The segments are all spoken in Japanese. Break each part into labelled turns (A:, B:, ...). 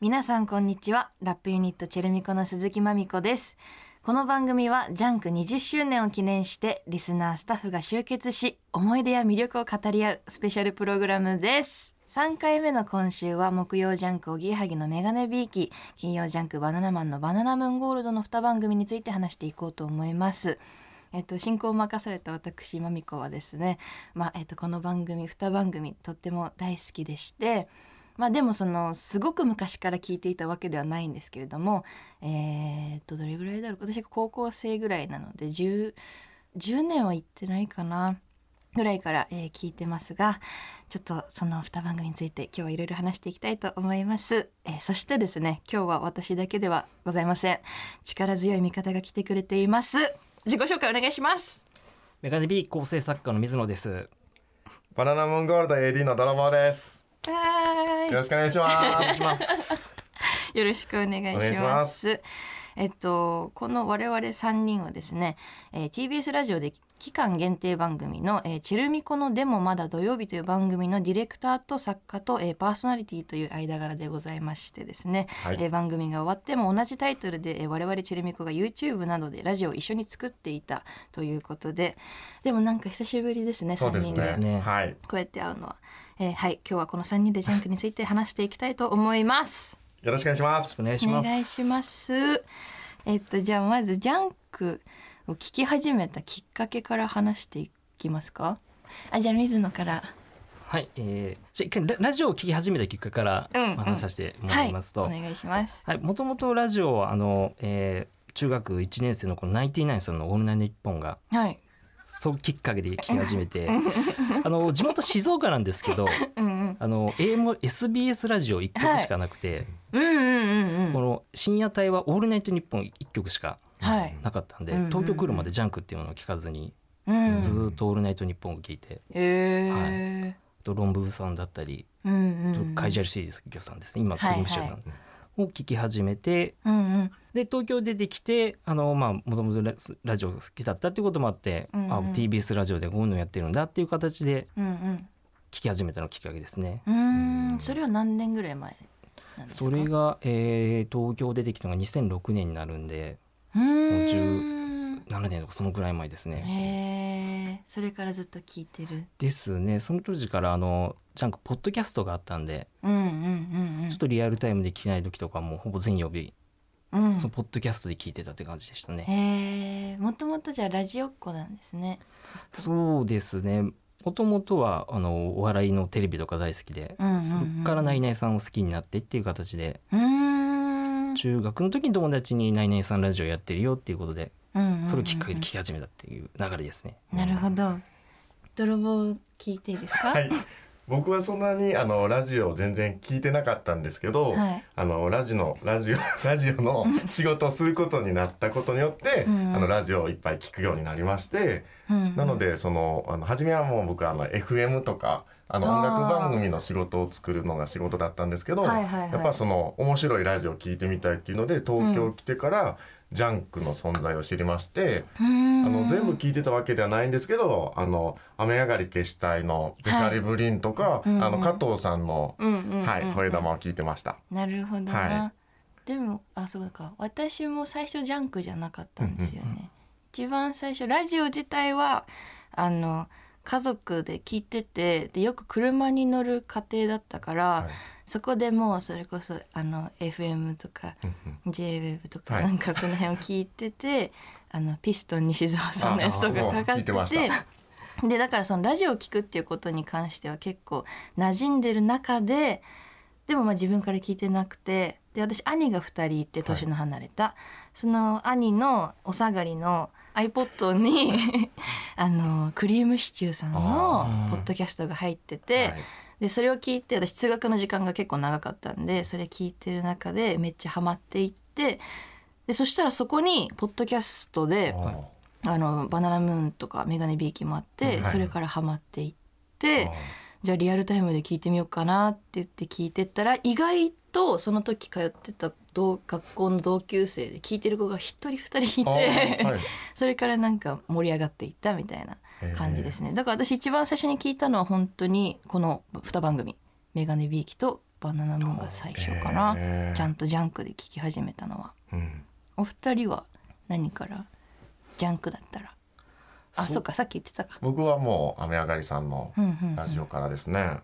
A: 皆さんこんにちはラップユニットチェルミコの鈴木まみこですこの番組はジャンク20周年を記念してリスナースタッフが集結し思い出や魅力を語り合うスペシャルプログラムです3回目の今週は木曜ジャンクおぎやはぎのメガネビーキ金曜ジャンクバナナマンのバナナムーンゴールドの2番組について話していこうと思いますえっと、進行を任された私まみこはですね、まあえっと、この番組2番組とっても大好きでして、まあ、でもそのすごく昔から聞いていたわけではないんですけれども、えーっとどれぐらいだろう私が高校生ぐらいなので 10, 10年は行ってないかなぐらいから、えー聞いてますがちょっとその2番組について今日はいろいろ話していきたいと思います、えーそしてですね今日は私だけではございません力強い味方が来てくれています自己紹介お願いします
B: メガネ B 構成作家の水野です。
C: バナナムーンゴールド AD の泥棒です。
A: はーい
C: よろしくお願いします。
A: よろしくお願いしま
C: お願い
A: す。
C: します
A: えっと、この我々3人はですね、えー TBS ラジオで期間限定番組の、えーチェルミコのでもまだ土曜日という番組のディレクターと作家と、えーパーソナリティという間柄でございましてですね、
C: はい
A: えー番組が終わっても同じタイトルで、えー我々チェルミコが YouTube などでラジオを一緒に作っていたということで、でもなんか久しぶりですね、
C: そう
A: 3
C: で
A: 人です
B: す
C: ね。
B: ね
C: はい。
A: こうやって会うのは。えーはい、今日はこの3人でジャンクについて話していきたいと思います。
C: よろしくお願いします
B: お。願いし
A: お
B: ます。
A: 願いします。えっとじゃあまずジャンクを聞き始めたきっかけから話していきますか。あじゃあ水野から。
B: はい、えー、じゃあ一回ララジオを聞き始めたきっかけから
A: うんうん
B: 話させてもらいますと、
A: お願いします。
B: はい、もともとラジオはあの、えー、中学一年生のこのナインティナインさんのオールナイトニッポンが
A: はい。
B: そうきっかけで聞き始めて、あの地元静岡なんですけ ど、
A: うん
B: あの AM SBS ラジオ一曲しかなくて、
A: うんうんうんうんう
B: こ
A: ん。
B: の深夜帯はオールナイトニッポン一曲しか
A: はい。
B: なかったんで、
A: うんうんうん
B: 東京来るまでジャンクっていうものを聞かずに、
A: うん。
B: ずーっとオールナイトニッポンを聞いて、
A: えー。
B: あと論文さんだったり。
A: うんうん。
B: カイジャルシリーズ業さんですね今ク
A: はい
B: リ
A: はい
B: ームシューさんを聞き始めて
A: うんうん。
B: で東京出てきてあのまあもともとララジオ好きだったってこともあって、
A: うんうん
B: あ TBS ラジオでこういうのやってるんだっていう形で
A: うん
B: 聞き始めたのきっかけですね。
A: うん。うーん。それは何年ぐらい前なんですか。
B: それが、えー東京出てきたのが2006年になるんで
A: うー
B: 10
A: ん。
B: 7年とかそのぐらい前ですね。
A: へえ。それからずっと聞いてる。
B: ですねその当時からあのジャンクポッドキャストがあったんで、
A: うんうんうんうん。
B: ちょっとリアルタイムで聞けない時とかもほぼ全曜日、
A: うん
B: そのポッドキャストで聞いてたって感じでしたね。
A: へえ、もともとじゃあラジオっ子なんですね。
B: そうですね。もともとはあのお笑いのテレビとか大好きで、
A: うんうんうん
B: そこからナイナイさんを好きになってっていう形で、
A: うーん。
B: 中学の時に友達にナイナイさんラジオやってるよっていうことで、それをきっかけで聞
A: で。
B: き始めたっていう流れですね。
A: なるほど。泥棒聞いていいですか。
C: はい。僕はそんなにあのラジオを全然聞いてなかったんですけど、
A: はい
C: あのラジのラジオ ラジオの仕事をすることになったことによって、
A: うん
C: あのラジオをいっぱい聞くようになりまして、
A: うん
C: なの。でそのあの初めはもう僕はあの FM とかあの
A: あー
C: 音楽番組の仕事を作るのが仕事だったんですけど、
A: はいはいはい
C: やっぱその面白いラジオを聞いてみたいっていうので東京来てからジャンクの存在を知りまして、
A: うーん
C: あの全部。聞いてたわけではないんですけど「あの雨上がり決死隊」の「ベシャリブリン」とか、
A: いうんうん
C: あの加藤さんの「
A: うんうんうんうん
C: はい、吠え玉」を聞いてました。
A: なるほど
C: は
A: な。でも、あ、そうか。私も最初ジャンクじゃなかったんですよね。一番最初ラジオ自体は。あの。家族で聞いててでよく車に乗る家庭だったから、
C: はい
A: そこでもうそれこそあの FM とか JWEB とか
C: はい
A: なんかその辺を聞いてて、あのピストン西澤さんのやつとかかか
C: あもう聞
A: っ
C: いてま
A: て。
C: して
A: でだからそのラジオを聞くっていうことに関しては結構馴染んでる中ででもまあ自分から聞いてなくてで私兄が2人いて年の離れた、その兄のお下がりの iPod に あのクリームシチューさんの
B: あー
A: ポッドキャストが入ってて、
C: はい
A: でそれを聞いて私通学の時間が結構長かったんでそれ聞いてる中でめっちゃハマっていってでそしたらそこにポッドキャストで
C: あー
A: あのバナナムーンとかメガネビーキもあって、
C: うん
A: それからハマっていってじゃあリアルタイムで聞いてみようかなって言って聞いてったら意外とその時通ってた同学校の同級生で聞いてる子が一人二人い
C: あー
A: て
C: はい
A: それからなんか盛り上がっていったみたいな感じですね、だから私一番最初に聞いたのは本当にこの2番組「メガネビーキ」とバナナムーンが最初かな、
C: へー
A: ちゃんとジャンクで聴き始めたのは
C: うん
A: お二人は何からジャンクだったらあそ
C: そ
A: っ
C: う
A: かさっき言ってたか
C: 僕はもう雨上がりさんの
A: うんうんうん
C: ラジオからですね。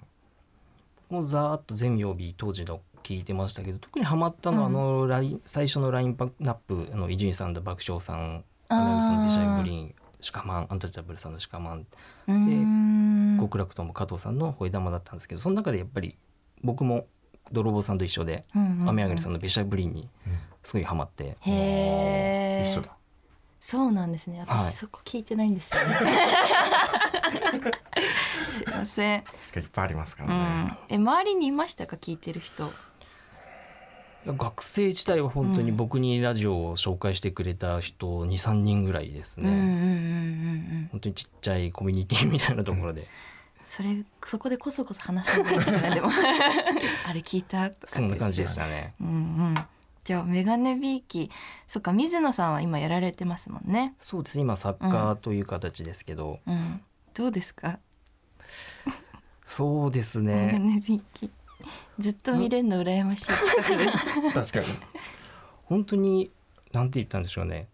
B: もうざーっと全曜日当時の聞いてましたけど特にハマったのはあのライン、最初のラインナップあの伊集院さんと爆笑さん
A: あー
B: アナウンサーのビシャイブリーンシカマンアンタッチャブルさんのシカマン
A: うーん
B: 極楽とも加藤さんの吠え玉だったんですけどその中でやっぱり僕も泥棒さんと一緒で雨上がりさん
A: の
B: のビシャイブリーンにすごいハマって、
A: へ
C: 一緒
A: え
C: だ。
A: そうなんですね
B: はい
A: 私そこ聞いてないんですよ ね、 すいません、
C: 確かいっぱいありますか
A: う
C: らね
A: ん。、え周りにいましたか聞いてる人
B: いや学生時代は本当に僕にラジオを紹介してくれた人23人ぐらいです
A: うんうんうんうん
B: ね、
A: うん
B: 本当にちっちゃいコミュニティみたいなところで、
A: それそこでこそこそ話せないです ねでも あれ聞いたとかって
B: そんな感じでしたね。
A: うんうんじゃあメガネビーキそっか水野さんは今やられてますもんね
B: そうですね今作家という形ですけど、
A: うんどうですか、
B: そうです
A: メ
B: ね
A: ガネビーキずっと見れるの羨 ましい近くで
C: 確かに。
B: 本当になんて言ったんでしょうね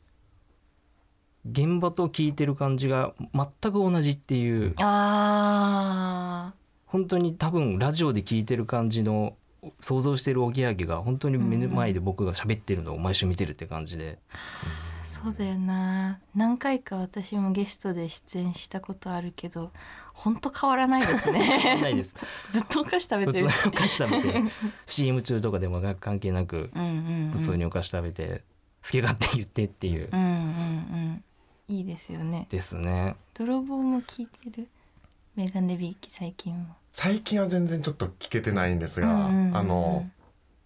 B: 現場と聞いてる感じが全く同じっていう
A: あ
B: 本当に多分ラジオで聞いてる感じの想像してるおぎやはぎが本当に目の前で僕が喋ってるのを毎週見てるって感じで、
A: ーそうだよな何回か私もゲストで出演したことあるけどほんと変わらないですね
B: ないです
A: ずっとお菓子食べ
B: 普
A: て
B: 通
A: る
B: にお菓子食べて CM 中とかでも関係なく
A: うんうん、うん、
B: 普通にお菓子食べて好き勝手言ってっていう
A: うんうんうんいいですよね
B: ですね
A: 泥棒も聞いてるメガネビーキ最近も
C: 最近は全然ちょっと聞けてないんですが、
A: うんうんうん
C: あの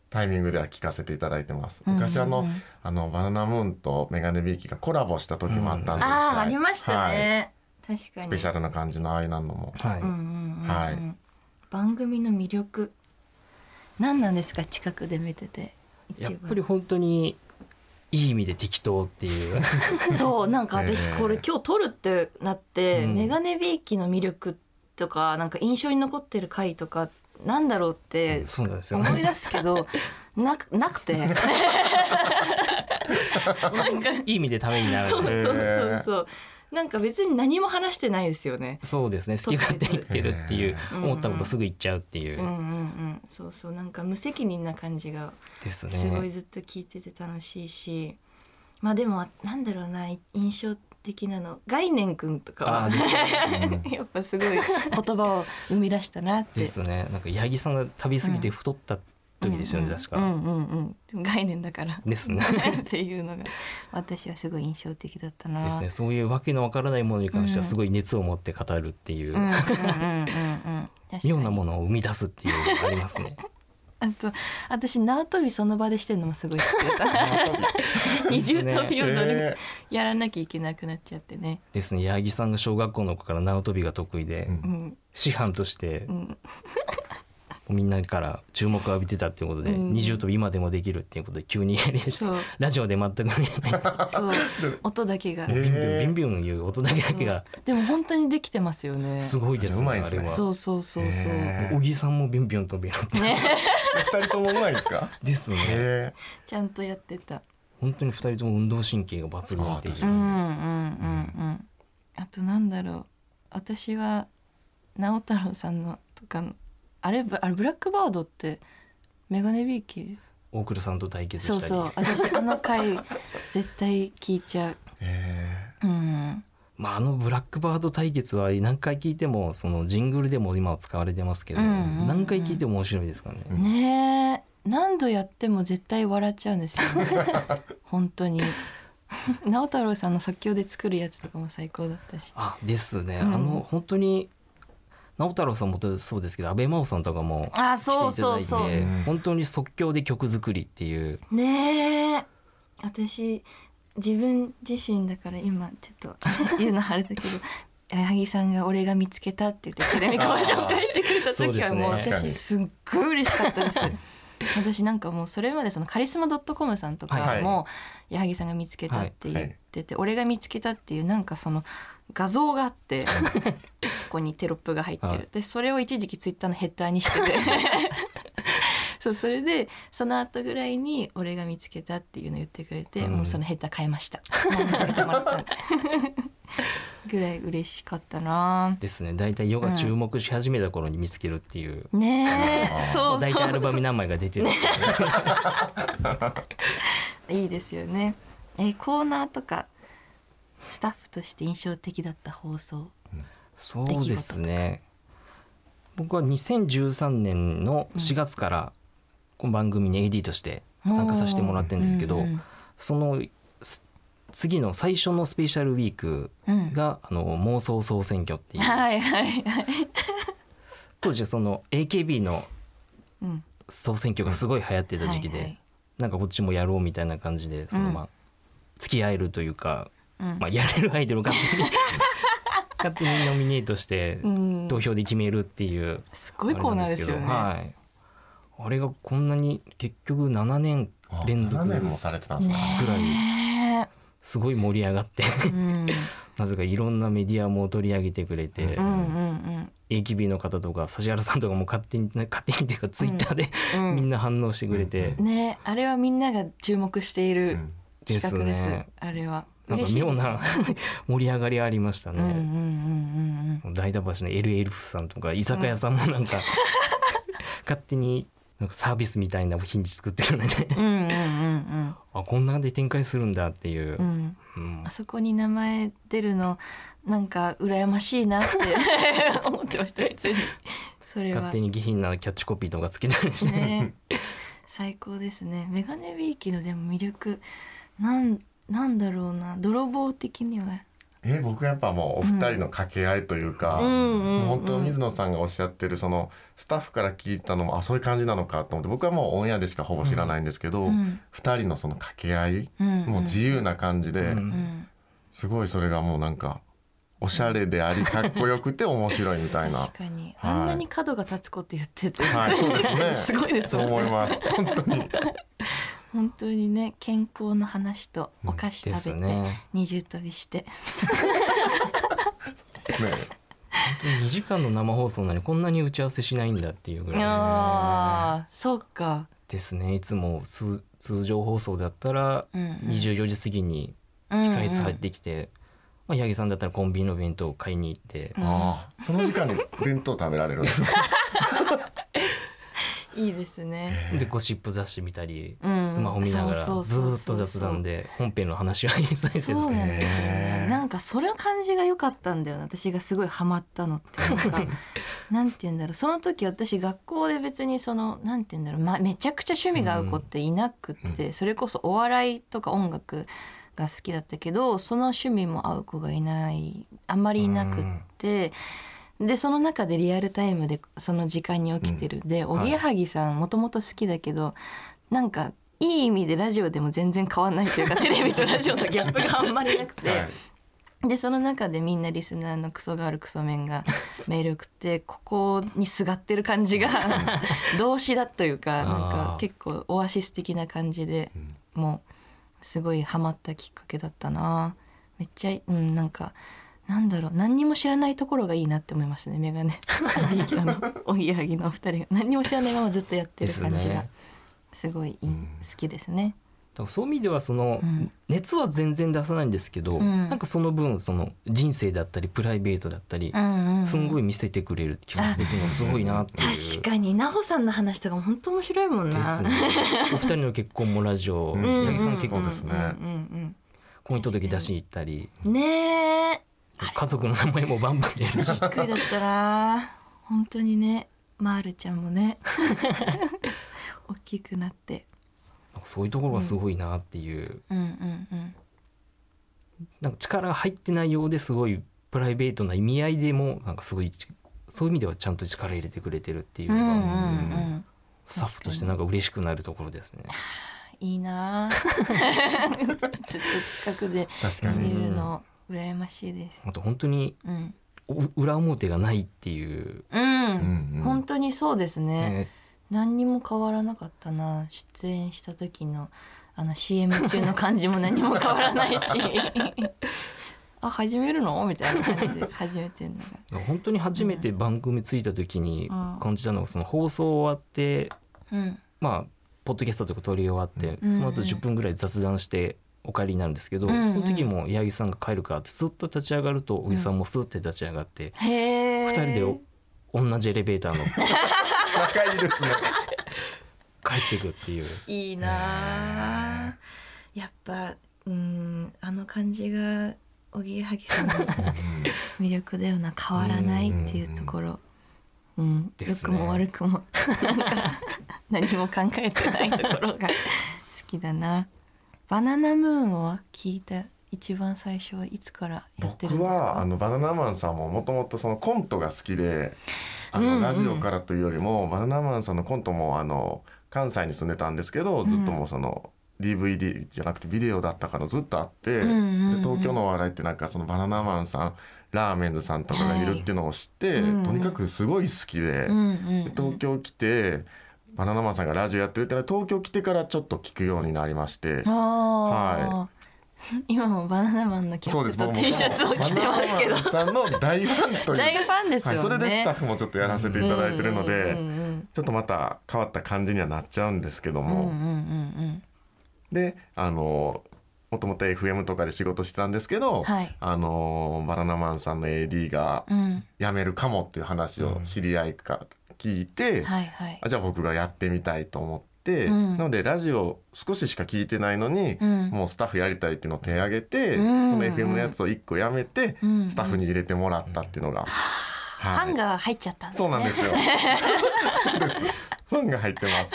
C: タイミングでは聞かせていただいてます。
A: うんうんうん
C: 昔あの、あのバナナムーンとメガネビーキがコラボした時もあったんですが
A: ああありましたね、確か
C: はい
A: に
C: スペシャルな感じのああいうのも。
B: はい、
A: うんうんうんうん
C: はい
A: 番組の魅力何なんですか近くで見てて一
B: や
A: 番
B: っぱり本当にいい意味で適当っていう
A: そうなんか私
C: ええ
A: これ今日撮るってなって、
B: うん
A: メガネビーキの魅力とかなんか印象に残ってる回とかなんだろうって
B: そうなんですよ
A: 思い
B: ね
A: 出すけ ど、なくなくてなんか
B: いい意味でためになる
A: そうそう
C: へ
A: そう
C: え
A: そう。なんか別に何も話してないですよね。
B: そうですね好き勝手言ってるっていう
A: うんうん
B: 思ったことすぐ言っちゃうっていうう、
A: んうんうん。そうそうなんか無責任な感じが
B: ですね
A: すごいずっと聞いてて楽しいし、まあでもなんだろうな印象的なの概念くんと
B: あ
A: かは
B: ー
A: やっぱすごい言葉を生み出したなって。
B: ですねなんか八木さんが旅過ぎて太った時ですよね、
A: うんうん
B: 確か、
A: うんうんうん。でも概念だから。
B: ですね
A: っていうのが私はすごい印象的だったな。
B: ですねそういうわけのわからないものに関してはすごい熱を持って語るっていう、
A: うんうんうんうんうん。確かに
B: 妙なものを生み出すっていうのがありますね
A: あと私縄跳びその場でしてるのもすごい好きだった二重跳びをどれ
C: え
A: やらなきゃいけなくなっちゃってね、
B: ですね八木さんが小学校の子から縄跳びが得意で、
C: うん
A: うん
B: 師範として
A: うん、
B: みんなから注目を浴びてたっていうことで、
A: うん
B: 二重跳び今でもできるっていうことで急に
A: そう
B: ラジオで全く見えない
A: そう 音だけが、
C: え
B: ビンビ
C: へ
B: ン
C: ー
B: ビンビンいう音だけだけが
A: そうでも本当にできてますよね
B: すごいですね
C: うまいですね
B: あれは
A: そうそうそうそう、
C: へ
B: 小木さんもビュンビュン飛び乗って
A: ね
C: ー二人ともうまいですか
B: ですね、
C: え
A: ちゃんとやってた
B: 本当に二人とも運動神経が抜群っていう
C: あ
A: う
C: ー
A: んうんうんうんあとなんだろう私は直太朗さんのとかのあれぶあれブラックバードってメガネビーキ
B: 大倉さんと対決した
A: そう
B: り
A: そう私あの 回絶対聞いちゃう
C: ーえ
A: うん
B: まあ、あのブラックバード対決は何回聞いてもそのジングルでも今は使われてますけど、
A: うんうんうん
B: 何回聞いても面白いですからね、
C: うん
A: ねえ何度やっても絶対笑っちゃうんです よ、ね、本当に 直太朗さんの即興で作るやつとかも最高だったし
B: あですね、
A: うん
B: あの本当に直太朗さんもそうですけど安倍真央さんとかも
A: あ
B: 来ていただい
A: そ
B: うて
A: そうそう
C: うん
B: 本当に即興で曲作りっていう
A: うねえ私自分自身だから今ちょっと言うのあれだけ ど萩さんが「俺が見つけた」って言ってテレビコを紹介してくれた
B: そう
A: 時
B: で
A: は
B: すね
A: もう
C: 確か
A: 私
C: に
A: すっごい嬉しかった です。私なんかもうそれまでそのカリスマドットコムさんとかも矢作さんが見つけたって言ってて、俺が見つけたっていうなんかその画像が あってここにテロップが入ってる、
B: はい
A: でそれを一時期ツイッターのヘッダーにしててそうそれでその後ぐらいに俺が見つけたっていうのを言ってくれて、
B: うん
A: もうそのヘッダー変えましたもう見つけてもらったんでぐらい嬉しかったな
B: ですね大体世が注目し始めた頃に見つけるっていう、
A: ねえ
C: あー
A: そう
B: 大体ア
A: そ
B: ル
A: う
B: バム何枚が出てる
A: いいですよねえーコーナーとかスタッフとして印象的だった放送
B: そうですね僕は2013年の4月からこの番組に AD として参加させてもらってるんですけど、
A: うんうん
B: そのす次の最初のスペシャルウィーク
A: うん
B: が、あの妄想総選挙っていう
A: はいはいはい、
B: 当時はその AKB の
A: うん、
B: 総選挙がすごい流行ってた時期で、
A: はいはい
B: なんかこっちもやろうみたいな感じでそのまあ、
A: う
B: 付き合えるというか、
A: うん
B: まあ、やれるアイドルを勝手 に勝手にノミネートして
A: うん
B: 投票で決めるっていう。
A: すごいコーナーですよね。
B: あれなんですけどはい、あれがこんなに結局7年連続
C: 7
B: ぐら
C: 年もされてたんですね
B: い
A: ね
B: すごい盛り上がって
A: えうん、
B: なぜかいろんなメディアも取り上げてくれて、
A: うんうん
B: AKB の方とか指原さんとかも勝手に勝手にっていうかツイッターで、
A: うんうん
B: みんな反応してくれて、
A: ねえあれはみんなが注目している
C: うん
B: で
A: 企
B: す
A: 画です。
B: ね。
A: あれは
B: なんか
A: 嬉しいです
B: 妙な盛り上がりありました
A: うんうんうん
B: ね。
A: うん
B: 大田橋のエルエルフさんとか居酒屋さんもなんか、 勝手になんかサービスみたいな日に作ってくれて
A: うんうんうん
B: あこんなんで展開するんだっていう
A: うんう、ん
B: うん
A: あそこに名前出るのなんか羨ましいなって 思ってました普通にそれ
B: 勝
A: は
B: 手に下品なキャッチコピーとかつけたりして、
A: ねえ最高ですねメガネビーキのでも魅力なんなんだろうな泥棒的には
C: え僕やっぱもうお二人の掛け合いというか、
A: うんうんうん
C: もう本当水野さんがおっしゃってるそのスタッフから聞いたのもあそういう感じなのかと思って僕はもうオンエアでしかほぼ知らないんですけど、
A: うん
C: 二人のその掛け合い、
A: うん
C: もう自由な感じで、
B: うん
A: うん
C: すごいそれがもうなんかおしゃれでありかっこよくて面白いみたいな。
A: 確かに、
C: はい
A: あんなに角が立つ子って言ってて、
C: はいそうですね
A: すごいです
C: そう
A: もん
C: 思い
A: ね
C: ます。本当に。
A: 本当にね健康の話とお菓子
B: で
A: 食
B: す
A: べて、
B: ね。
A: 二重跳びして
B: 本
C: ね
B: 当に2時間の生放送なのにこんなに打ち合わせしないんだっていうぐらい
A: ああそうか、
B: ですねいつも通通常放送だったら
A: うんうん、
B: 24時過ぎに控室入ってきて、まあ、八木さんだったらコンビニの弁当を買いに行って、
A: うん
C: ああ、その時間に弁当食べられる んですね。
A: いいですね
B: でゴシップ雑誌見たり、
A: うん
B: スマホ見ながらず
A: そうそうそうそう
B: ーっと雑談で本編の話は一切せ
A: そ
B: ず
A: うなんですよね
C: へー
A: なんかそれの感じが良かったんだよな私がすごいハマったのってなんか なんて言うんだろうその時私学校で別にそのなんて言うんだろう、ま、めちゃくちゃ趣味が合う子っていなくって、それこそお笑いとか音楽が好きだったけどその趣味も合う子がいないあんまりいなくって。でその中でリアルタイムでその時間に起きてる、でおぎやはぎさんもともと好きだけど、なんかいい意味でラジオでも全然変わんないというかテレビとラジオのギャップがあんまりなくて、
C: はい
A: でその中でみんなリスナーのクソがあるクソメン がメール送ってここにすがってる感 じが動詞だというかなん
B: あ
A: か
B: ー
A: 結構オアシス的な感じで
C: うん
A: もうすごいハマったきっかけだったなめっちゃうんなんかなんだろう何にも知らないところがいいなって思いましたねメ ガネあのおぎやはぎのお二人が何にも知らないままずっとやってる感じ
B: です
A: が
B: ね。
A: すごいいい
C: うん
A: 好きですね。
B: だからそういう意味ではその、
A: うん
B: 熱は全然出さないんですけど、
A: うん
B: なんかその分その人生だったりプライベートだったり、すんごい見せてくれる気持ち的にもすごいなっていう。
A: 確かに奈穂さんの話とかも本当面白いもんな。
B: ですね。お二人の結婚もラジオ、
C: うん
B: 八木さん結
C: そ
B: 婚
C: うですね
A: うん
B: こういう時出しに行ったり、
A: うんうんねえ、
B: 家族の名前もバンバン出るし、
A: びっくりだったら本当にね、まーるちゃん もね、大きくなって、
B: そういうところがすごいなっていう。
A: うんうんうん、
B: なんか力が入ってないようですごいプライベートな意味合いでもなんかすごいちそういう意味ではちゃんと力入れてくれてるっていう
A: う
B: の
A: んう
B: が、
A: んう
B: うん
A: ん、
B: スタッフとしてなんか嬉しくなるところですね。
A: い いなあ。ずっと近くで
C: 確か
A: 見
C: に。
A: れるの羨ましいです。
B: あと本当に
A: うん、
B: お裏表がないっていう、
A: う、
C: うんんうん
A: 本当にそうですね。
B: ね
A: 何にも変わらなかったな出演した時のあの CM 中の感じも何も変わらないし あ始めるのみたいな感じで始めてるのが
B: 本当に初めて番組ついた時に
A: うん
B: 感じたのがその放送終わって
A: うん
B: まあポッドキャストとか撮り終わって、
A: うん
B: その後10分ぐらい雑談してお帰りになるんですけど、
A: うんうん
B: その時も八木さんが帰るからってずっと立ち上がると小木さんもスッて立ち上がって、
A: へえ。
B: 二人でお同じエレベーターの帰
C: 仲い いですね。
B: っていくっていう
A: いいなあ。やっぱ、うん、あの感じが。おぎやはぎさんの魅力だよな、変わらないっていうところ。うん、
B: で
A: 良
B: す
A: く
B: ね
A: も悪くも、 なんか、何も考えてないところ が好きだな。バナナムーンを聞いた一番最初はいつからやってるんですか。
C: 僕はあのバナナマンさんももともとそのコントが好きであの、
A: うんうん
C: ラジオからというよりもバナナマンさんのコントもあの関西に住んでたんですけどずっともうその、DVD じゃなくてビデオだったからずっとあって、
A: うんうんうん
C: で東京のお笑いってなんかそのバナナマンさんラーメンズさんとかがいるっていうのを知っ
A: は
C: て、
A: いうん
C: とにかくすごい好きで、
A: うんうん、
C: で東京来てバナナマンさんがラジオやってるってのは東京来てからちょっと聞くようになりまして。
A: あー、 今もバナナマンのキャ
C: そうで
A: ッ
C: す
A: プと
C: 僕 も
A: T シャツを着てますけど
C: バナナマンさんの大ファン という
A: 大ファンですよ
C: は
A: ね、
C: い、それでスタッフもちょっとやらせていただいてるので、
A: うんうん
C: ちょっとまた変わった感じにはなっちゃうんですけど
A: うんうん
C: も、
A: うんうん
C: であのもともと FM とかで仕事してたんですけど、
A: はい
C: あのバナナマンさんの AD が
A: うんうん
C: 辞めるかもっていう話を知り合いから聞いて、
A: はいはい
C: あじゃあ僕がやってみたいと思って、
A: うん
C: なのでラジオ少ししか聞いてないのに、
A: うん
C: もうスタッフやりたいっていうのを手挙げて、
A: うん
C: その FM のやつを1個やめて、
A: うん
C: スタッフに入れてもらったっていうのが、
A: フ
C: は
A: ァン
C: い、
A: が入っちゃったんだね
C: そうなんで すよそうですファンが入ってます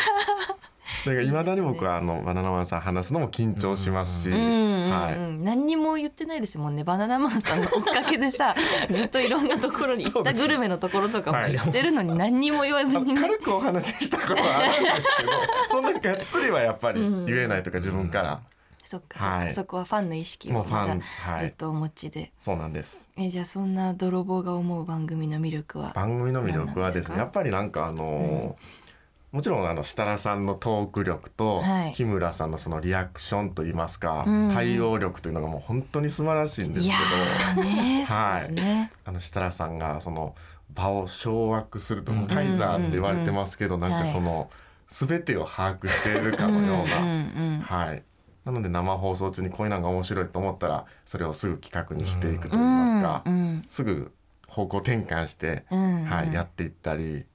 C: だからいまだに僕はあのバナナマンさん話すのも緊張しますし、
A: うんうんうん
C: は
A: 何にも言ってないですもんねバナナマンさんの追っかけで さずっといろんなところに行
C: そ
A: っ
C: う
A: た
C: です
A: グルメのところとかも
C: はい
A: 言ってるのに何にも言わずに
C: い、
A: ね
C: 軽くお話ししたことはあるんです けどそんながっつりはやっぱり言えないとか自分から、
A: そっかそっか、
C: はい
A: そこはファンの意識
C: も
A: を
C: うファ
A: ま
C: ン、
A: だ
C: は
A: ずっ
C: い、
A: とお持ちで、
C: そうなんです
A: えじゃあそんな泥棒が思う番組の魅力は
C: 番組の魅力は
A: 何なん
C: です
A: です
C: ね
A: か
C: やっぱりなんかあのーもちろんあの設楽さんのトーク力と
A: はい
C: 日村さんのそのリアクションといいますか、
A: うんうん
C: 対応力というのがもう本当に素晴らしいんです
A: い
C: け
A: や
C: ど
A: ーね
C: はい
A: そうですね、
C: あの設楽さんがその場を掌握すると
B: うん
C: カイザーって言われてますけど、
A: んうん
C: なんかその全てを把握しているかのような、
A: うんうん
C: はいなので生放送中にこういうのが面白いと思ったらそれをすぐ企画にしていくといいますか、
A: うん
C: すぐ方向転換して、
A: うんうん、
C: はい、やっていったり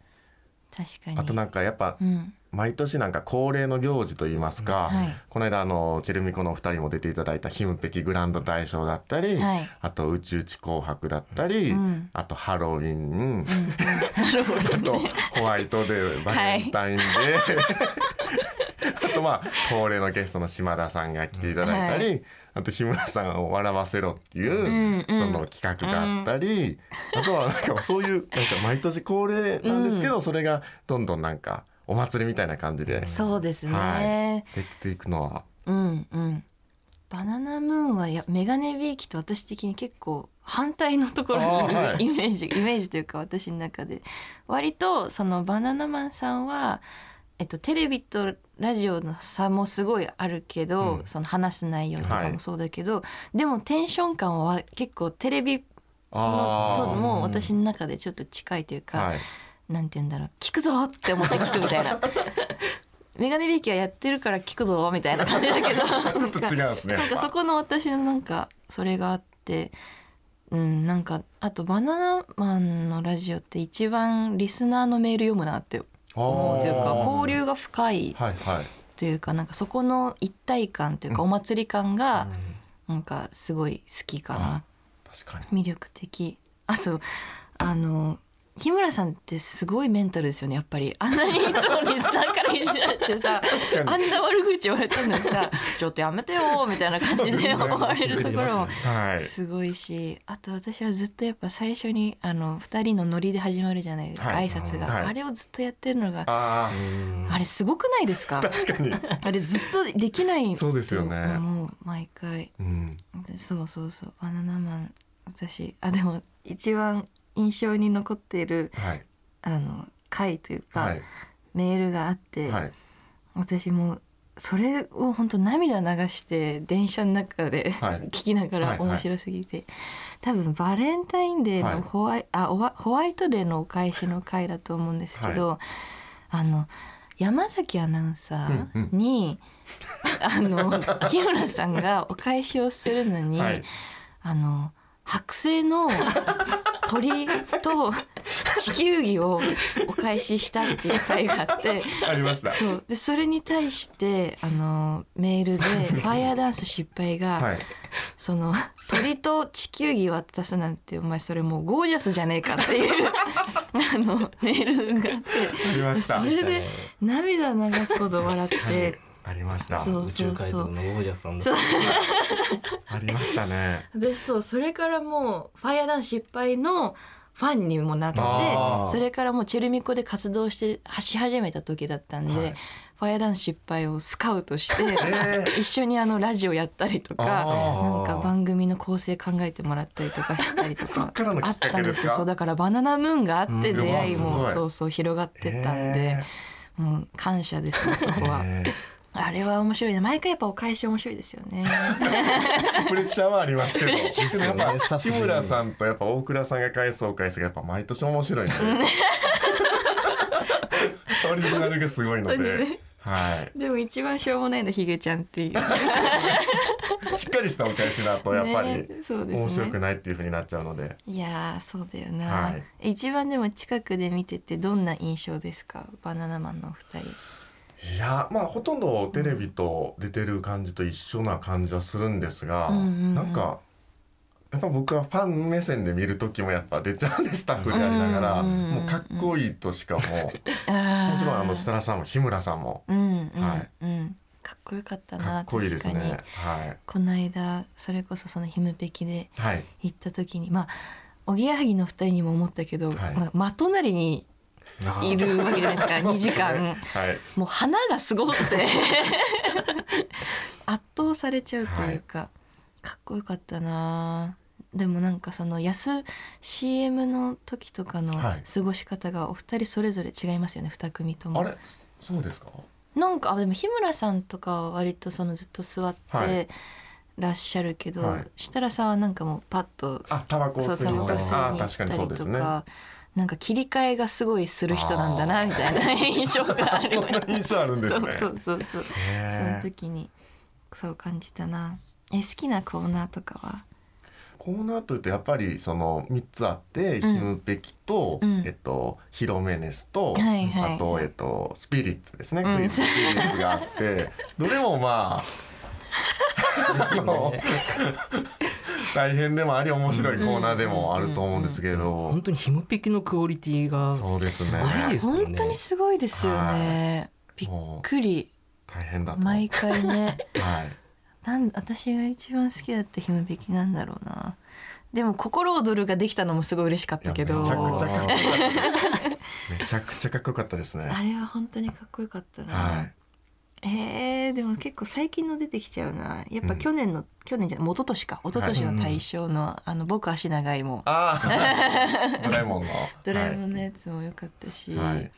A: 確かに
C: あとなんかやっぱ
A: うん
C: 毎年なんか恒例の行事といいますか、
A: はい
C: この間あのチェルミコのお二人も出ていただいた「ヒムペキグランド大賞」だったり、
A: はい
C: あと「宇宙地紅白」だったり、
A: うん
C: あとハロウィ ン、
A: なるほど
C: あとホワイトデーバレンタインデ ー、あとまあ恒例のゲストの島田さんが来ていただいたり、あと日村さんを笑わせろっていう、
A: んうん
C: その企画があったり、あとはなんかそういうなんか毎年恒例なんですけど、それがどんどんなんかお祭りみたいな感じで
A: そうですね、
C: はできていくのは
A: うんうんバナナムーンはやメガネビーキと私的に結構反対のところ
C: あーは
A: に
C: い
A: イメージ、イメージというか私の中で割とそのバナナマンさんは、えっと、テレビとラジオの差もすごいあるけど、
C: うん
A: その話す内容とか
C: は
A: も
C: い
A: そうだけど、でもテンション感は結構テレビの
C: あ
A: と
C: ー
A: も私の中でちょっと近いというか、
C: はい、
A: なんて言うんだろう聞くぞって思って聞くみた いなメガネビーキはやってるから聞くぞみたいな感じだけど
C: ちょっと違うんですね
A: なんかそこの私のなんかそれがあってうんなんかあとバナナマンのラジオって一番リスナーのメール読むなって思うというか交流が深い
C: はいはい
A: というかなんかそこの一体感というかお祭り感がなんかすごい好きかな
C: 確かに
A: 魅力的あとあの日村さんってすごいメンタルですよねやっぱりあんなにいつもリスナーからいじられてさ
C: 確
A: あ
C: かに
A: んな悪口言われたのにさ「ちょっとやめてよ」みたいな感じ で思われるところも
C: はい
A: すごいしあと私はずっとやっぱ最初にあの2人のノリで始まるじゃないですか、
C: はい
A: 挨拶が、
C: はい
A: あれをずっとやってるのが
C: あ
A: あれすごくないですか
C: あ確かに
A: あれずっとできない
C: そうですよね
A: と思う毎回
C: うん
A: そうそうそうバナナマン私あでも一番印象に残っている
C: はい
A: あの回というか、
C: はい
A: メールがあって、
C: はい
A: 私もそれを本当涙流して電車の中で、
C: はい
A: 聞きなが
C: は
A: ら
C: いはい
A: 面白すぎて、多分バレンタインデー
C: は
A: の
C: い
A: ホワイ,、あおわホワイトデーのお返しの回だと思うんですけど、あの山崎アナウンサ
C: うん
A: ーに、あの日村さんがお返しをするのに、
C: はい
A: あの剥製の鳥と地球儀をお返ししたっていう回があって
C: ありました。
A: そうでそれに対してあのメー ルで「ファイアダンス失敗が」
C: はい。
A: その鳥と地球儀渡すなんてお前それもうゴージャスじゃねえかっていうあのメールがあっ
C: ありま
A: て
C: した
A: そ。れで涙流すほど笑って
C: ありました。
A: そう
B: 宇宙海賊のゴージャスさんだ
A: そう
C: ありましたね。
A: 私そうそれからもう「ファイアダンス失敗」のファンにもなって
C: あー
A: それからもうチェルミコで活動してし始めた時だったんで、
C: はい
A: ファイアダンス失敗をスカウトして、
C: え
A: 一緒にあのラジオやったりとか
C: あー
A: なんか番組の構成考えてもらったりとかしたりと
C: そ
A: か
C: っからのき
A: あ
C: っ
A: っ
C: か
A: た
C: け
A: ん
C: で
A: です
C: か
A: すよそうだからバナナムーンがあって
B: うん
A: 出会いうも
C: わすごい
A: そうそう広がってったんで
C: え
A: もう感謝ですねそこ は
C: え
A: あれは面白いね毎回やっぱお返し面白いですよ ね
C: ープレッシャーはありますけど。
B: ャー
C: でもやっぱ日村さんとやっぱ大倉さんが返すお返しがやっぱ毎年面白いんで。 オリジナルがすごいの
A: 本当に
C: で。はい。
A: でも一番しょうもないのヒゲちゃんって いう
C: しっかりしたお返しだとやっぱり
A: ねそうですね
C: 面白くないっていう風になっちゃうので。
A: いやーそうだよな、
C: はい
A: 一番でも近くで見ててどんな印象ですかバナナマンのお二人
C: いやまあほとんどテレビと出てる感じと一緒な感じはするんですが、
A: うんうんうん
C: なんかやっぱ僕はファン目線で見る時もやっぱ出ちゃうんでスタッフでありながら、
A: うんうんうんうん
C: もうかっこいいとしかもう
A: あー
C: もちろんあの設楽さんも日村さんも
A: うんうん、
C: はい
A: うんかっこよかったな
C: かっこいいです
A: 確かに
C: ね。はい
A: この間それこそその「ひむぺき」で
C: はい
A: 行った時にまあおぎやはぎの二人にも思ったけど、
C: はい
A: まあ、真隣にいるわけじゃないですか 2時間
C: はい
A: もう花がすごくて 圧倒されちゃうというか、かっこよかったなでもなんかその安 CM の時とかの
C: はい
A: 過ごし方がお二人それぞれ違いますよね二組とも。
C: あれそそうですか
A: なんかあでも日村さんとかは割とそのずっと座っ
C: はい
A: てらっしゃるけど、
C: はい
A: 設楽さんはなんかもうパッと
C: あタバコを
A: そう
C: 吸い
A: タ
C: に
A: バ
C: 行っ
A: コ
C: たり
A: 吸い
C: あ
A: に行
C: 確か
A: っ
C: にそ
A: た
C: うで
A: り
C: す
A: と
C: ね。
A: か。なんか切り替えがすごいする人なんだな
C: あー
A: みたいな印象がある
C: そんな印象あるんです
A: そ
C: ね
A: う。そうそうそうその
C: へー
A: 時にそう感じたなえ好きなコーナーとかは
C: コーナーというとやっぱりその3つあって、
A: うん
C: ヒムペキと、
A: うん
C: えっと、ヒロメネスと、
A: はいはい
C: あと、えっと、スピリッツですね、
A: うん
C: クイズスピリッツがあ ってどれもまああの大変でもあり面白いコーナーでもあると思うんですけど
B: 本当にひむぺきのクオリティが
C: そうですね
B: ごいですよね
A: 本当にすごいですよねびっくり
C: 大変だと、は
A: 毎
C: い、
A: 回ねなん私が一番好きだったひむべきなんだろうなでも「心躍る」ができたのもすごい嬉しかっ
C: いや
A: た
C: め
A: け
C: ちゃ
A: ど
C: くちゃかっこよかったですめちゃくちゃかっこよかったですね
A: あ。れは本当にかっこよかったな、
C: はい
A: えーでも結構最近の出てきちゃうなやっぱ
C: うん
A: 去年の、去年じゃない一昨年か一昨年の大賞の「あの僕足長いも」
C: ああドラえもんの。
A: ドラえもんのやつも良かったし、
C: はいはい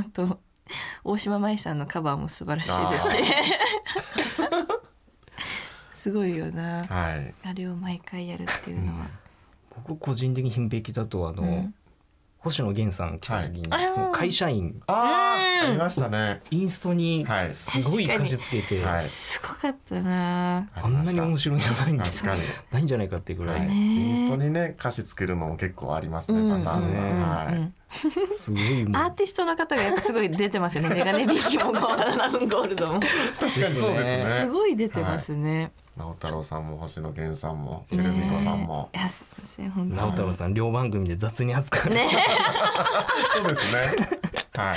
A: あと大島麻衣さんのカバーも素晴らしいですし すごいよな
C: はい
A: あれを毎回やるっていうのは、
B: 僕個人的にひむぺきだとあの、
A: うん
B: 星野源さん来た時に、
A: はい
B: その会社員
C: あ
A: う
C: あ、
A: ん
C: ありましたね。
B: インストに
C: はい。
B: すごい歌詞つけて、
C: はい
A: すごかったな
B: あんなに面
C: 白
B: 白いのないんで
C: 確
B: す
C: かに。
B: ないんじゃないかっていうぐら、
C: はいい。
A: ね
C: インストにね、歌詞つけるのも結構ありますね。パターン
B: う
C: ね。
B: ん
C: はい。
B: すごいもう
A: アーティストの方がやっぱすごい出て ますよね。メガネビーキもゴーラダムゴールドも
C: 確かにそうです
A: す
C: ね。
A: ごい出てますね。
C: 直太朗さんも星野源さんも、テルミコさんも
A: ね。いやすいません本当に。
B: 直太朗さん両番組で雑に扱われて、
A: ね
C: そうですね。はい。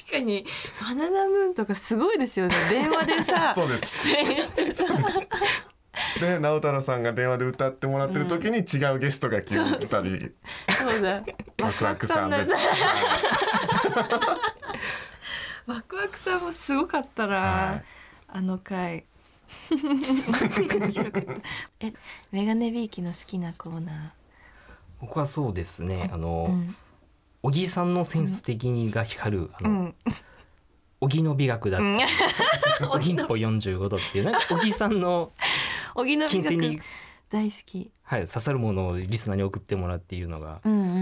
A: 確かにバナナムーンとかすごいですよね。電話でさ
C: そうです
A: 出演してさ。
C: で、直太朗さんが電話で歌ってもらってる時に違うゲストが急に来たり、
A: そうだ。
C: ワクワクさんです。
A: ワクワクさんだ
C: は
A: ワクワクさんもすごかったな、
C: はい
A: あの回面白かったえメガネビーキの好きなコーナ
B: 僕はそうですねあ
A: ー、
B: の、
A: うん
B: 小木さんのセンス的にが光るあ
A: う
B: の、
A: ん、
B: 小木の美学だっ
A: う
B: て、
A: ん
B: 小木っ ぽ45度っていうなんか小木さんの
A: 小木の美
B: 金銭に
A: 学、大好き
B: はい、刺さるものをリスナーに送ってもらうっていうのが
A: うんうんうんう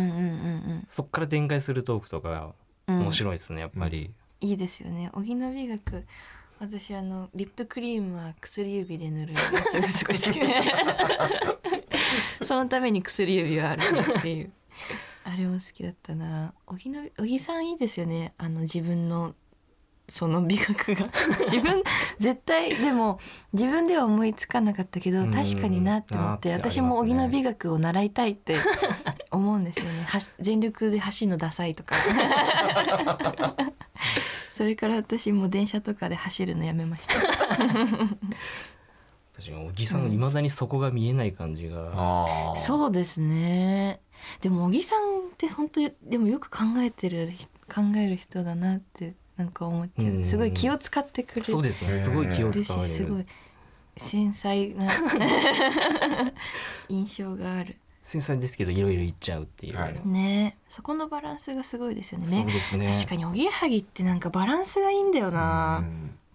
A: ん
B: そこから展開するトークとかが
A: うん
B: 面白いですね、やっぱり、
A: いいですよね荻野美学私あのリップクリームは薬指で塗るやつがすごい好きでそのために薬指はあるっていう あれも好きだったな荻野荻さんいいですよねあの自分のその美学 が自分絶対でも自分では思いつかなかったけど
B: うん
A: 確かになって思って
B: なってあります
A: 私
B: ね
A: も荻野美学を習いたいって 思うんですよねはし全力で走るのダサいと かそれから私もう電車とかで走るのやめました
B: 確かに小木さんの未だにそこが見えない感じが、
C: ああ
A: そうですねでも小木さんって本当にでもよく考えてる人考える人だなってなんか思っちゃ
B: う
A: うんすごい気を使ってくれる
B: そうですねすごい気を使われ
A: し
B: る
A: すごい繊細な 印象がある
B: 繊細ですけどいろいろ言っちゃうっていう、
C: はい
A: ねそこのバランスがすごいですよね
B: そうですね
A: 確かにおぎやはぎってなんかバランスがいいんだよな、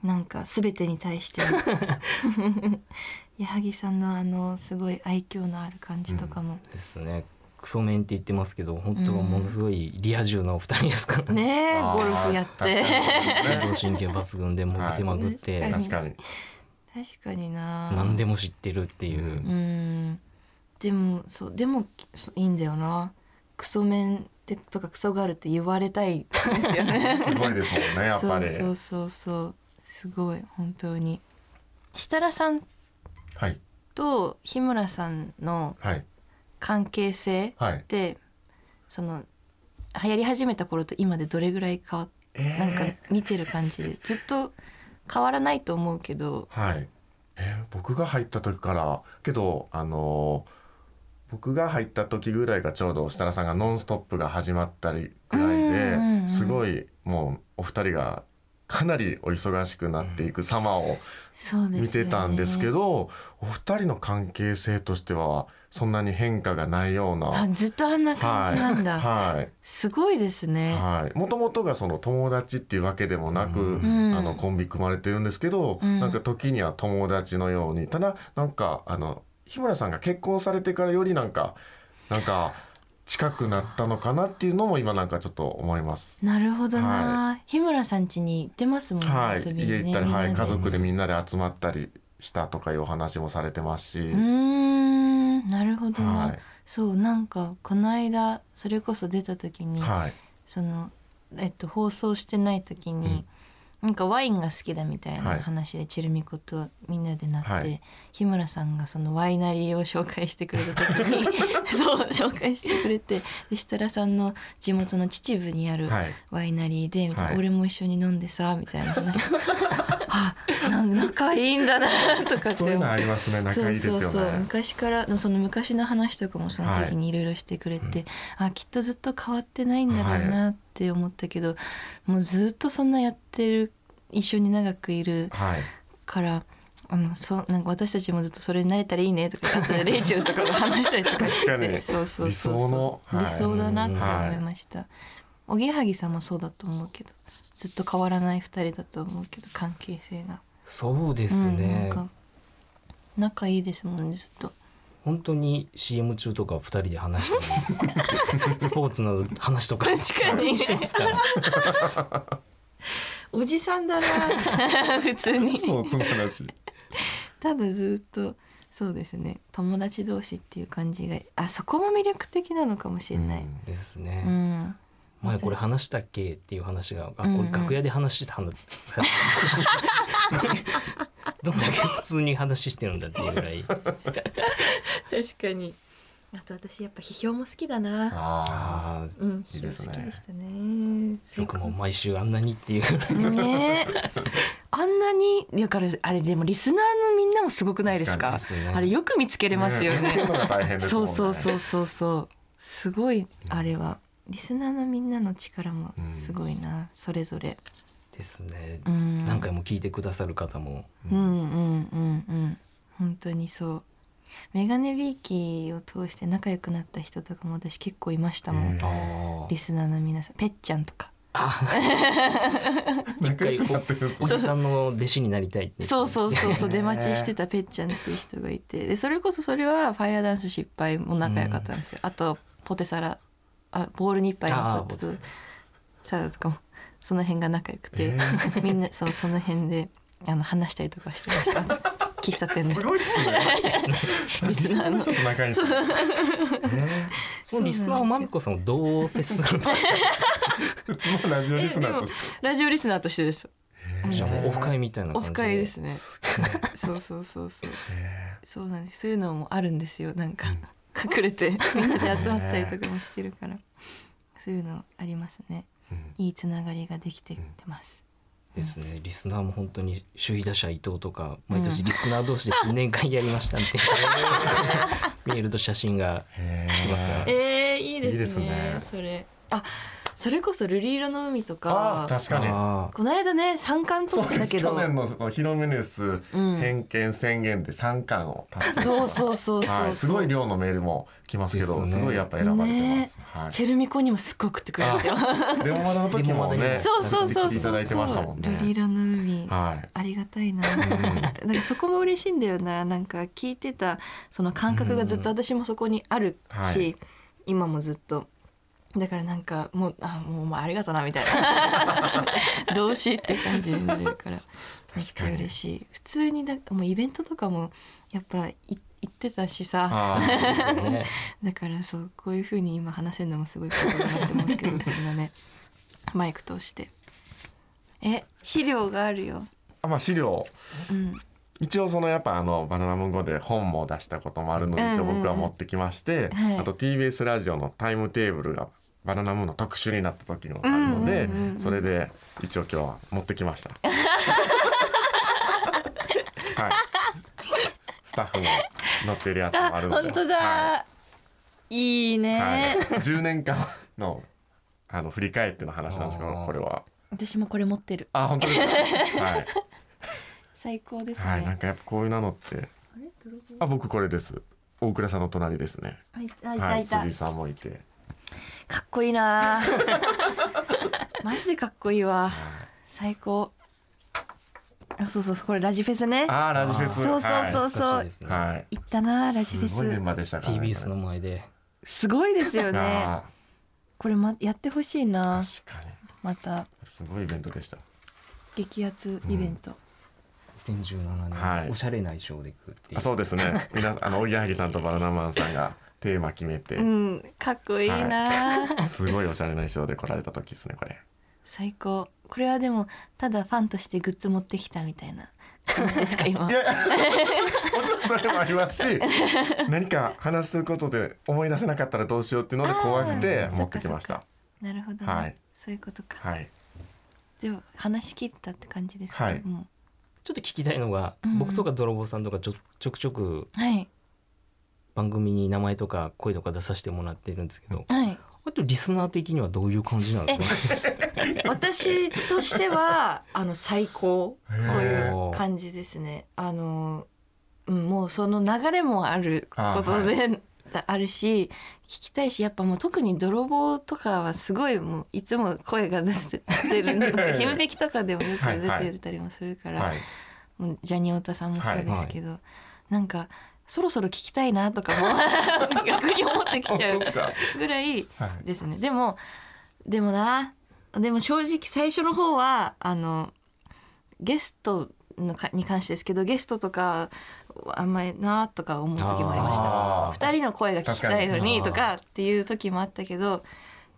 A: なんか全てに対しての矢作さんのあのすごい愛嬌のある感じとかも、
B: ですねクソメンって言ってますけど本当はものすごいリア充なお二人ですから、ね
A: ねえ
C: あー
A: ゴルフやって
C: 確かに
B: 運動神経抜群でもう手まぐって、
A: はい
C: 確かに
A: 確かにな
B: 何でも知ってるっていう、
C: う
A: う
C: ん
A: んでもそうでもそういいんだよなクソメンってとかクソガールって言われたいですよね
C: すごいですもん ねやっ
A: そ
C: ぱ
A: う
C: り
A: そうそうそうすごい本当に設楽さん
C: はい
A: と日村さんの
C: はい
A: 関係性
C: はい
A: って、その流行り始めた頃と今でどれぐらい変わっ
C: え
A: なんか
C: ー
A: 見てる感じでずっと変わらないと思うけど
C: はいえー僕が入った時からけどあのー僕が入った時ぐらいがちょうど設楽さんが「ノンストップ!」が始まったりぐらい
A: う
C: で
A: んうんうん
C: すごいもうお二人がかなりお忙しくなっていく様を
A: そうですよね
C: 見てたんですけど、お二人の関係性としてはそんなに変化がないような。
A: あずっとあんな感じなんだ、
C: はい
A: すごいですね、
C: はい、もともとがその友達っていうわけでもなく、
A: ん
C: あのコンビ組まれてるんですけど、
A: うん
C: なんか時には友達のようにただなんかあの日村さんが結婚されてからよりなんかなんか近くなったのかなっていうのも今なんかちょっと思います。
A: なるほどな、日村さん家に行ってますもんね、
C: はい、
A: 遊びに
C: 家
A: ね
C: 行ったり、
A: みんな
C: は
A: で
C: い、家族でみんなで集まったりしたとかいうお話もされてますし、
A: うーんなるほどな、
C: はい
A: そうなんかこの間それこそ出た時に、
C: はい、
A: その、えっと、放送してない時に、なんかワインが好きだみたい
C: は
A: ない話でチェルミコとみんなでなって、
C: はい
A: 日村さんがそのワイナリーを紹介してくれた時 にそう紹介してくれてで設楽さんの地元の秩父にある
C: はい
A: ワイナリーで、みたいな
C: はい
A: 俺も一緒に飲んでさみたいな話 あなん仲いいんだ なとかって
C: そういう
A: 思
C: の
A: っ
C: あ
A: て
C: りますね仲いいですよね。
A: そうそうそう昔からのその昔の話とかもその時にいろいろしてくれて、あきっとずっと変わってないんだろうなって思ったけど、もうずっとそんなやってる一緒に長くいる
C: はい、
A: から。あのそうなんか私たちもずっとそれになれたらいいねとかあとでレイチェルとかと話したりとかして
C: 確かに
A: そうそうそうそう
C: 理想のはい
A: 理想だなって思いましたおぎやはぎさんもそうだと思うけどずっと変わらない二人だと思うけど関係性が
B: そうです
A: うん、なん
B: ね、
A: か仲いいですもんねずっと
B: 本当に CM 中とか二人で話 したりスポーツの話とか
A: 確かに
B: してますから
A: おじさんだな普通
C: そ
A: に
C: うそ の話。
A: ただずっとそうですね友達同士っていう感じがあそこも魅力的なのかもしれない、
B: です
A: う
B: ね、
A: ん
B: 前これ話したっけっていう話が、
A: うん
B: あ
A: う
B: こ
A: ん
B: れ楽屋で話してたんだ どんだけ普通に話してるんだっていうぐらい
A: 確かにあと私やっぱ批評も好きだな
C: あ
B: あ
A: うん
C: いい
A: 批
C: です
A: 評
C: ね
A: 好きでしたね
B: ーよくもう毎週あんなにっていう
A: ねえあんなにだからあれでもリスナーのみんなもすごくないです
B: 確か
A: か
B: にですね
A: あれよく見つけれますよね
C: ね見つけるのが大変です
A: そ
C: もん
A: う
C: ね
A: そうそうそうそうすごいあれはリスナーのみんなの力もすごいな、それぞれ
B: ですね、
A: うん
B: 何回も聞いてくださる方も
A: うんうんうんうん本当にそうメガネビーキを通して仲良くなった人とかも私結構いましたもん、
C: うん
B: あ
A: リスナーの皆さんぺっちゃんとか
C: 仲良くなってるんです
B: お
C: ね
B: じさんの弟子になりたいって
A: そうそうそう そう出待ちしてたペッちゃんっていう人がいてでそれこそそれはファイアダンス失敗も仲良かったんですよ、あとポテサラあボールに一杯の
B: あー
A: ポテトサラダとかもその辺が仲良くて、
C: え
A: みんなそうその辺であの話したりとかしてました 喫茶店
C: す
A: で
C: ごいですね。
A: リ
C: リ
A: ス
C: ス
A: ナ
C: ナ
A: ー
C: ー
A: の
C: の人と仲いいですね。
B: そのリスナーをまみこさんをどう接するんですか
C: えーうちもラジオリスナーとして。
A: ラジオリスナーとしてです
C: え
B: じゃあもうオフ
C: ー
B: 会みたいな感じ
A: オフ会ですね
B: げえ
A: そうそうそうそう
C: え
A: そうなんですそういうのもあるんですよなんか隠れ てみんなで集まったりとかもしてるからそういうのありますね
C: ー
A: いいつながりができてってます
B: ですねリスナーも本当に首位打者伊藤とか毎年リスナー同士で新年会やりま したみたいなメールと写真が
C: えー
B: 来てますが
A: えー、いい
C: いいですね
A: それあそれこそルリ色の海と
C: あ
A: か
C: ー確かに。
B: あ
A: この間ね三冠
C: そ
A: 取
C: う
A: ってた
C: です
A: けど
C: 去年のそのヒロメネス
A: うん
C: 偏見宣言で三冠を達成
A: そうそうそうそうそう、
C: はい、すごい量のメールも来ますけど
B: です
C: す,、
B: ね
C: ごいやっぱ選ばれてます、はい
A: チェルミコにもすっごい送ってくれてよ
C: レモマダの時もね
A: そうそうそうそう
C: 来ていただいてましたもん
A: ルリ
C: ね
A: 色の海
C: はい
A: ありがたいな。なんかそこも嬉しいんだよな。なんか聞いてたその感覚がずっと私もそこにある
C: うん
A: し、
C: はい
A: 今もずっと。だからなんかもうあもうお前ありがとうなみたいなどうしって感じになれるからめっちゃ嬉しい普通にだもうイベントとかもやっぱい行ってたしさ
C: あー
B: あですよね
A: だからそうこういうふうに今話せるのもすごいことだなって思うんですけどみんなねマイク通してえ資料があるよ
C: あまあ資料
A: うん
C: 一応そのやっぱあのバナナ文庫で本も出したこともあるので一応僕は持ってきまし
A: う
C: て、
A: んうんはい
C: あと TBS ラジオのタイムテーブルがバナナムーンの特集になった時のあるので、
A: うんうんうんうん
C: それで一応今日は持ってきましたはいスタッフも載ってるやつもあるので
A: 本当だ、
C: はい
A: い、いね、
C: はい、10年間のあの振り返っての話なんですけ
B: あ
C: ど
B: ー
C: これは
A: 私もこれ持ってる
C: あ本当ですか はい、
A: 最高ですね、
C: はい、なんかやっぱこういうなのって
A: あれどれどれ
C: あ僕これです大倉さんの隣ですね
A: あいたいた
C: はいい
A: た、
C: 辻さんもいて
A: かっこいいな マジでかっこいいわ最高あそうそうそうこれラジフェスね
C: あーラジフェス
A: そうそうそう
C: は
B: 懐かしいです
C: い、
B: ね
C: はい
A: 行ったなラジ
C: す
A: フェ
C: ごいメ
A: ス
C: ンバーでしたから、
B: TBS の前です
A: ごいですよね
C: あ
A: これ、ま、やってほしいな
C: ー確かに
A: また
C: すごいイベントでした
A: 激アツイベント、
B: 2017年、
C: はい
B: おしゃれな衣装で行くっていう
C: あそうですね皆あのおぎやはぎさんとバナナマンさんがテーマ決めて、
A: うん、かっこいいな、
C: すごいおしゃれな衣装で来られた時ですね これ
A: 最高これはでもただファンとしてグッズ持ってきたみたいな感じですか 今
C: いやいやもちろんそれもあります し何か話すことで思い出せなかったらどうしようっていうので怖くて
A: あー
C: 持ってきまし
A: そったかなるほどね、
C: はい
A: そういうことか、
C: はい
A: では話し切ったって感じですか、
C: はい
A: も
B: ちょっと聞きたいのが、
A: うんうん
B: 僕とか泥棒さんとかちょちょくちょく
A: うはい
B: 番組に名前とか声とか出させてもらってるんですけど
A: はい
B: あとリスナー的にはどういう感じなんですか
A: 私として はあの最高こういう感じですねあの、うん、もうその流れもあることであ,、るし聞きたいしやっぱもう特に泥棒とかはすごいもういつも声が出て出 るので「ひむべき」とかでもよく出てたりもするから、
C: はい
A: もうジャニオタさんもそうですけど、なんかそろそろ聞きたいなとかも逆に思ってき
C: 本
A: ちゃ
C: 当
A: う
C: ですかはい
A: ぐらいですねでもでもなでも正直最初の方はあのゲストのかに関してですけどゲストとかあんまりなとか思う時もありました
C: あー
A: 2人の声が聞きたいのにと
B: 確か
A: かっていう時もあったけど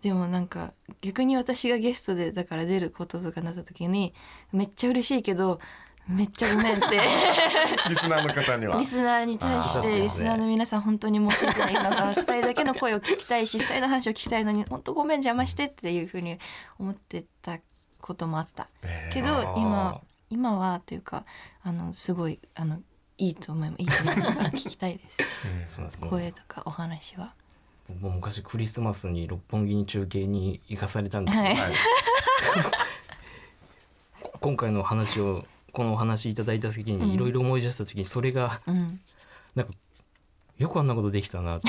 A: でもなんか逆に私がゲストでだから出ることとかなった時にめっちゃ嬉しいけどめっちゃごめんって
C: リスナーの方には
A: リスナーに対し
B: あーそうです
A: て
B: ね
A: リスナーの皆さん本当に申し訳ないのが二人だけの声を聞きたいし二人の話を聞きたいのに本当ごめん邪魔してっていうふうに思ってたこともあった
C: えー
A: けど
B: あー
A: 今今はというかあのすごいあのいいと思いますいいと 思います聞きたいです
C: え
B: そうですね
A: 声とかお話は。
B: 僕も昔クリスマスに六本木に中継に行かされたんですけど、
A: はい
C: ーはい
B: 今回の話をこのお話いただいた時
A: うん
B: にいろいろ思い出した時にそれが
A: うん
B: なんかよくあんなことできた なって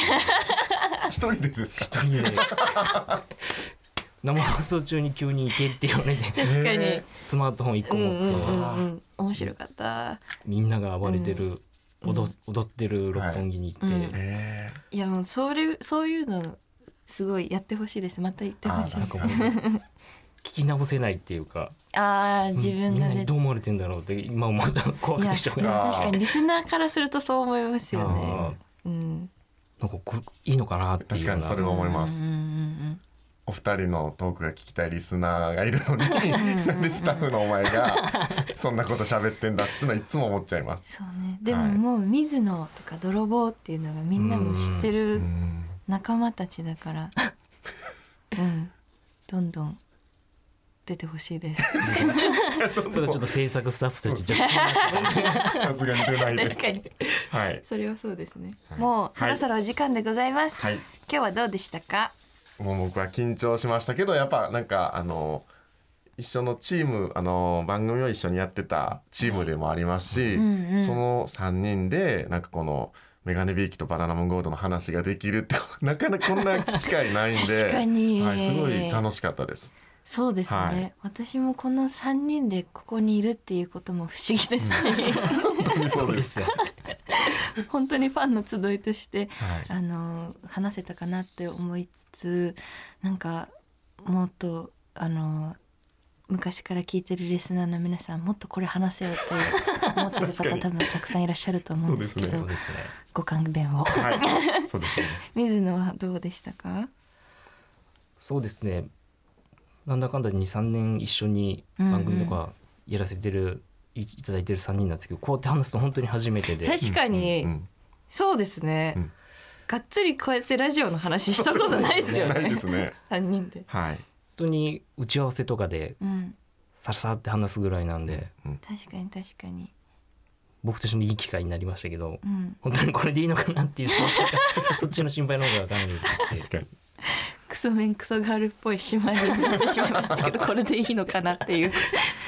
C: 一人でですか
B: いえいえ生放送中に急に行けって言われて
A: 確かに、
C: え
B: スマートフォン1
A: う
B: 個
A: ん
B: 持
A: う
B: って、
A: んうんうん面白かった
B: みんなが暴れてる、
A: うん
B: 踊踊ってる六本木に行って、
A: はいうん
C: ーえ
A: いやもうそれそういうのすごいやってほしいですまた行って
C: ー
A: ほ
C: あ
A: しい
C: ー
A: で
C: 確
A: す
C: かに
B: 聞き直せないっていうか
A: あー自分が
B: みんな
A: ね
B: にどう思われてんだろうって今思ったら怖
A: い
B: い
A: や
B: でしょ
A: で
B: う
A: も
B: が
A: 確かにリスナーからするとそう思いますよね。うん、
B: なんかこれいいのかなっていうような
C: 確かにそれは思います
A: うんうんうん
C: お二人のトークが聞きたいリスナーがいるのになんでスタッフのお前がそんなこと喋ってんだってのはいつも思っちゃいます。
A: そうねでも
C: はい
A: もう水野とか泥棒っていうのがみんなも知って
C: う
A: る
C: ん
A: 仲間たちだ から、うん、どんどん出てほしいです。
B: それはちょっと制作スタッフとして若干
C: さすがに出ないで
A: 確
C: す。
A: かに
C: はい。
A: それはそうですね。
C: はい
A: もうそろそろお時間でございます。
C: はい。
A: 今日はどうでしたか。
C: もう僕は緊張しましたけど、やっぱなんかあの一緒のチームあの番組を一緒にやってたチームでもありますし、
A: うんうん
C: その三人でなんかこのメガネビーキとバナナムーンゴールドの話ができるって なかなかこんな機会ないんで、
A: 確かに
C: はい、すごい楽しかったです。
A: そうですね。
C: はい
A: 私もこの三人でここにいるっていうことも不思議ですし、
B: そうですよ
A: 本当にファンの集いとして
C: はい。
A: あの話せたかなって思いつつなんかもっとあの昔から聞いてるリスナーの皆さんもっとこれ話せよって思ってる
C: 確か
A: 方
C: に
A: 多分たくさんいらっしゃると思うんですけど
B: そうですね
A: ご勘弁を
C: はい。そうですね。
A: 水野はどうでしたか
B: そうですねなんだかんだ23年一緒に番組とかやらせてる、いいただいてる3人なんですけどこうやって話すと本当に初めてで
A: 確かに、
C: うん
A: そうですね、
C: うん
A: がっつりこうやってラジオの話したことないですよ
C: な
A: ね
C: いで すね。
A: 3人で、
C: はい。
B: 本当に打ち合わせとかで
A: うん、
B: さらさらって話すぐらいなんで
A: 確かに確かに、
B: 僕としてもいい機会になりましたけど
A: うん、
B: 本当にこれでいいのかなっていう心配がそっちの心配の方がわかんないです
C: 確かに。
A: クソメンクソガールっぽい姉妹になってしまいましたけどこれでいいのかなっていう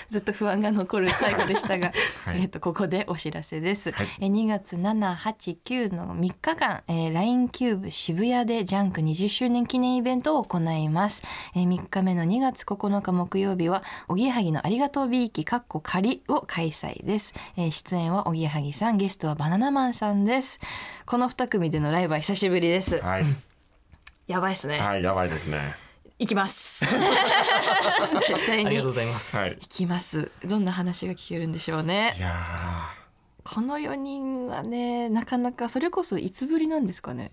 A: ずっと不安が残る最後でしたが、
C: はい
A: えっとここでお知らせです、
C: はい
A: え2月789の3日間、えー、LINE キューブ渋谷でジャンク20周年記念イベントを行います、えー、3日目の2月9日木曜日はおぎやはぎのありがとうビーキかっこ仮を開催です、えー、出演はおぎやはぎさんゲストはバナナマンさんですこの2組でのライブは久しぶりです
C: はい。
A: やばいっすね、
C: はい、やばいですね。
A: 行 きます。
B: けどあり
A: 絶対
B: がとう
A: に
B: ございます、
C: はい。
A: 行きます。どんな話が聞けるんでしょうね
C: い。や
A: この4人はね、なかなかそれこそいつぶりなんですかね。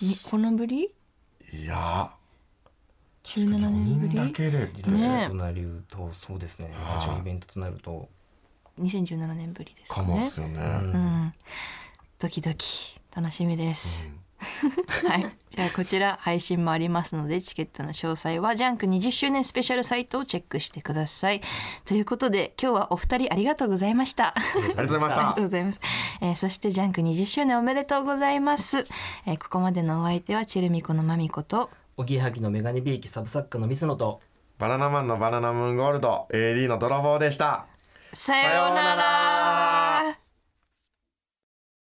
A: にこのぶり
C: ー、いや
A: ?17
C: ー、
A: 年ぶ
C: 人だ
A: り
C: けで。
B: ラジオとなるとそうですねラジオイベントとなると
A: ?2017 年ぶりです
C: か
A: か
C: もっ
A: ね。
C: すよね。
A: う。
B: うん
A: ドキドキ楽しみです。 はい、じゃあこちら配信もありますのでチケットの詳細はジャンク20周年スペシャルサイトをチェックしてください。ということで今日はお二人ありがとうございました。
C: ありがとうございまし
A: ありが
C: た
A: とう。ございます。えーそしてジャンク20周年おめでとうございます。えーここまでのお相手はチェルミコのまみこと。
B: おぎやはぎのメガネビーキサブサッカーの水野と
C: バナナマンのバナナムーンゴールド、AD の泥棒でした。
A: さ
C: ようなら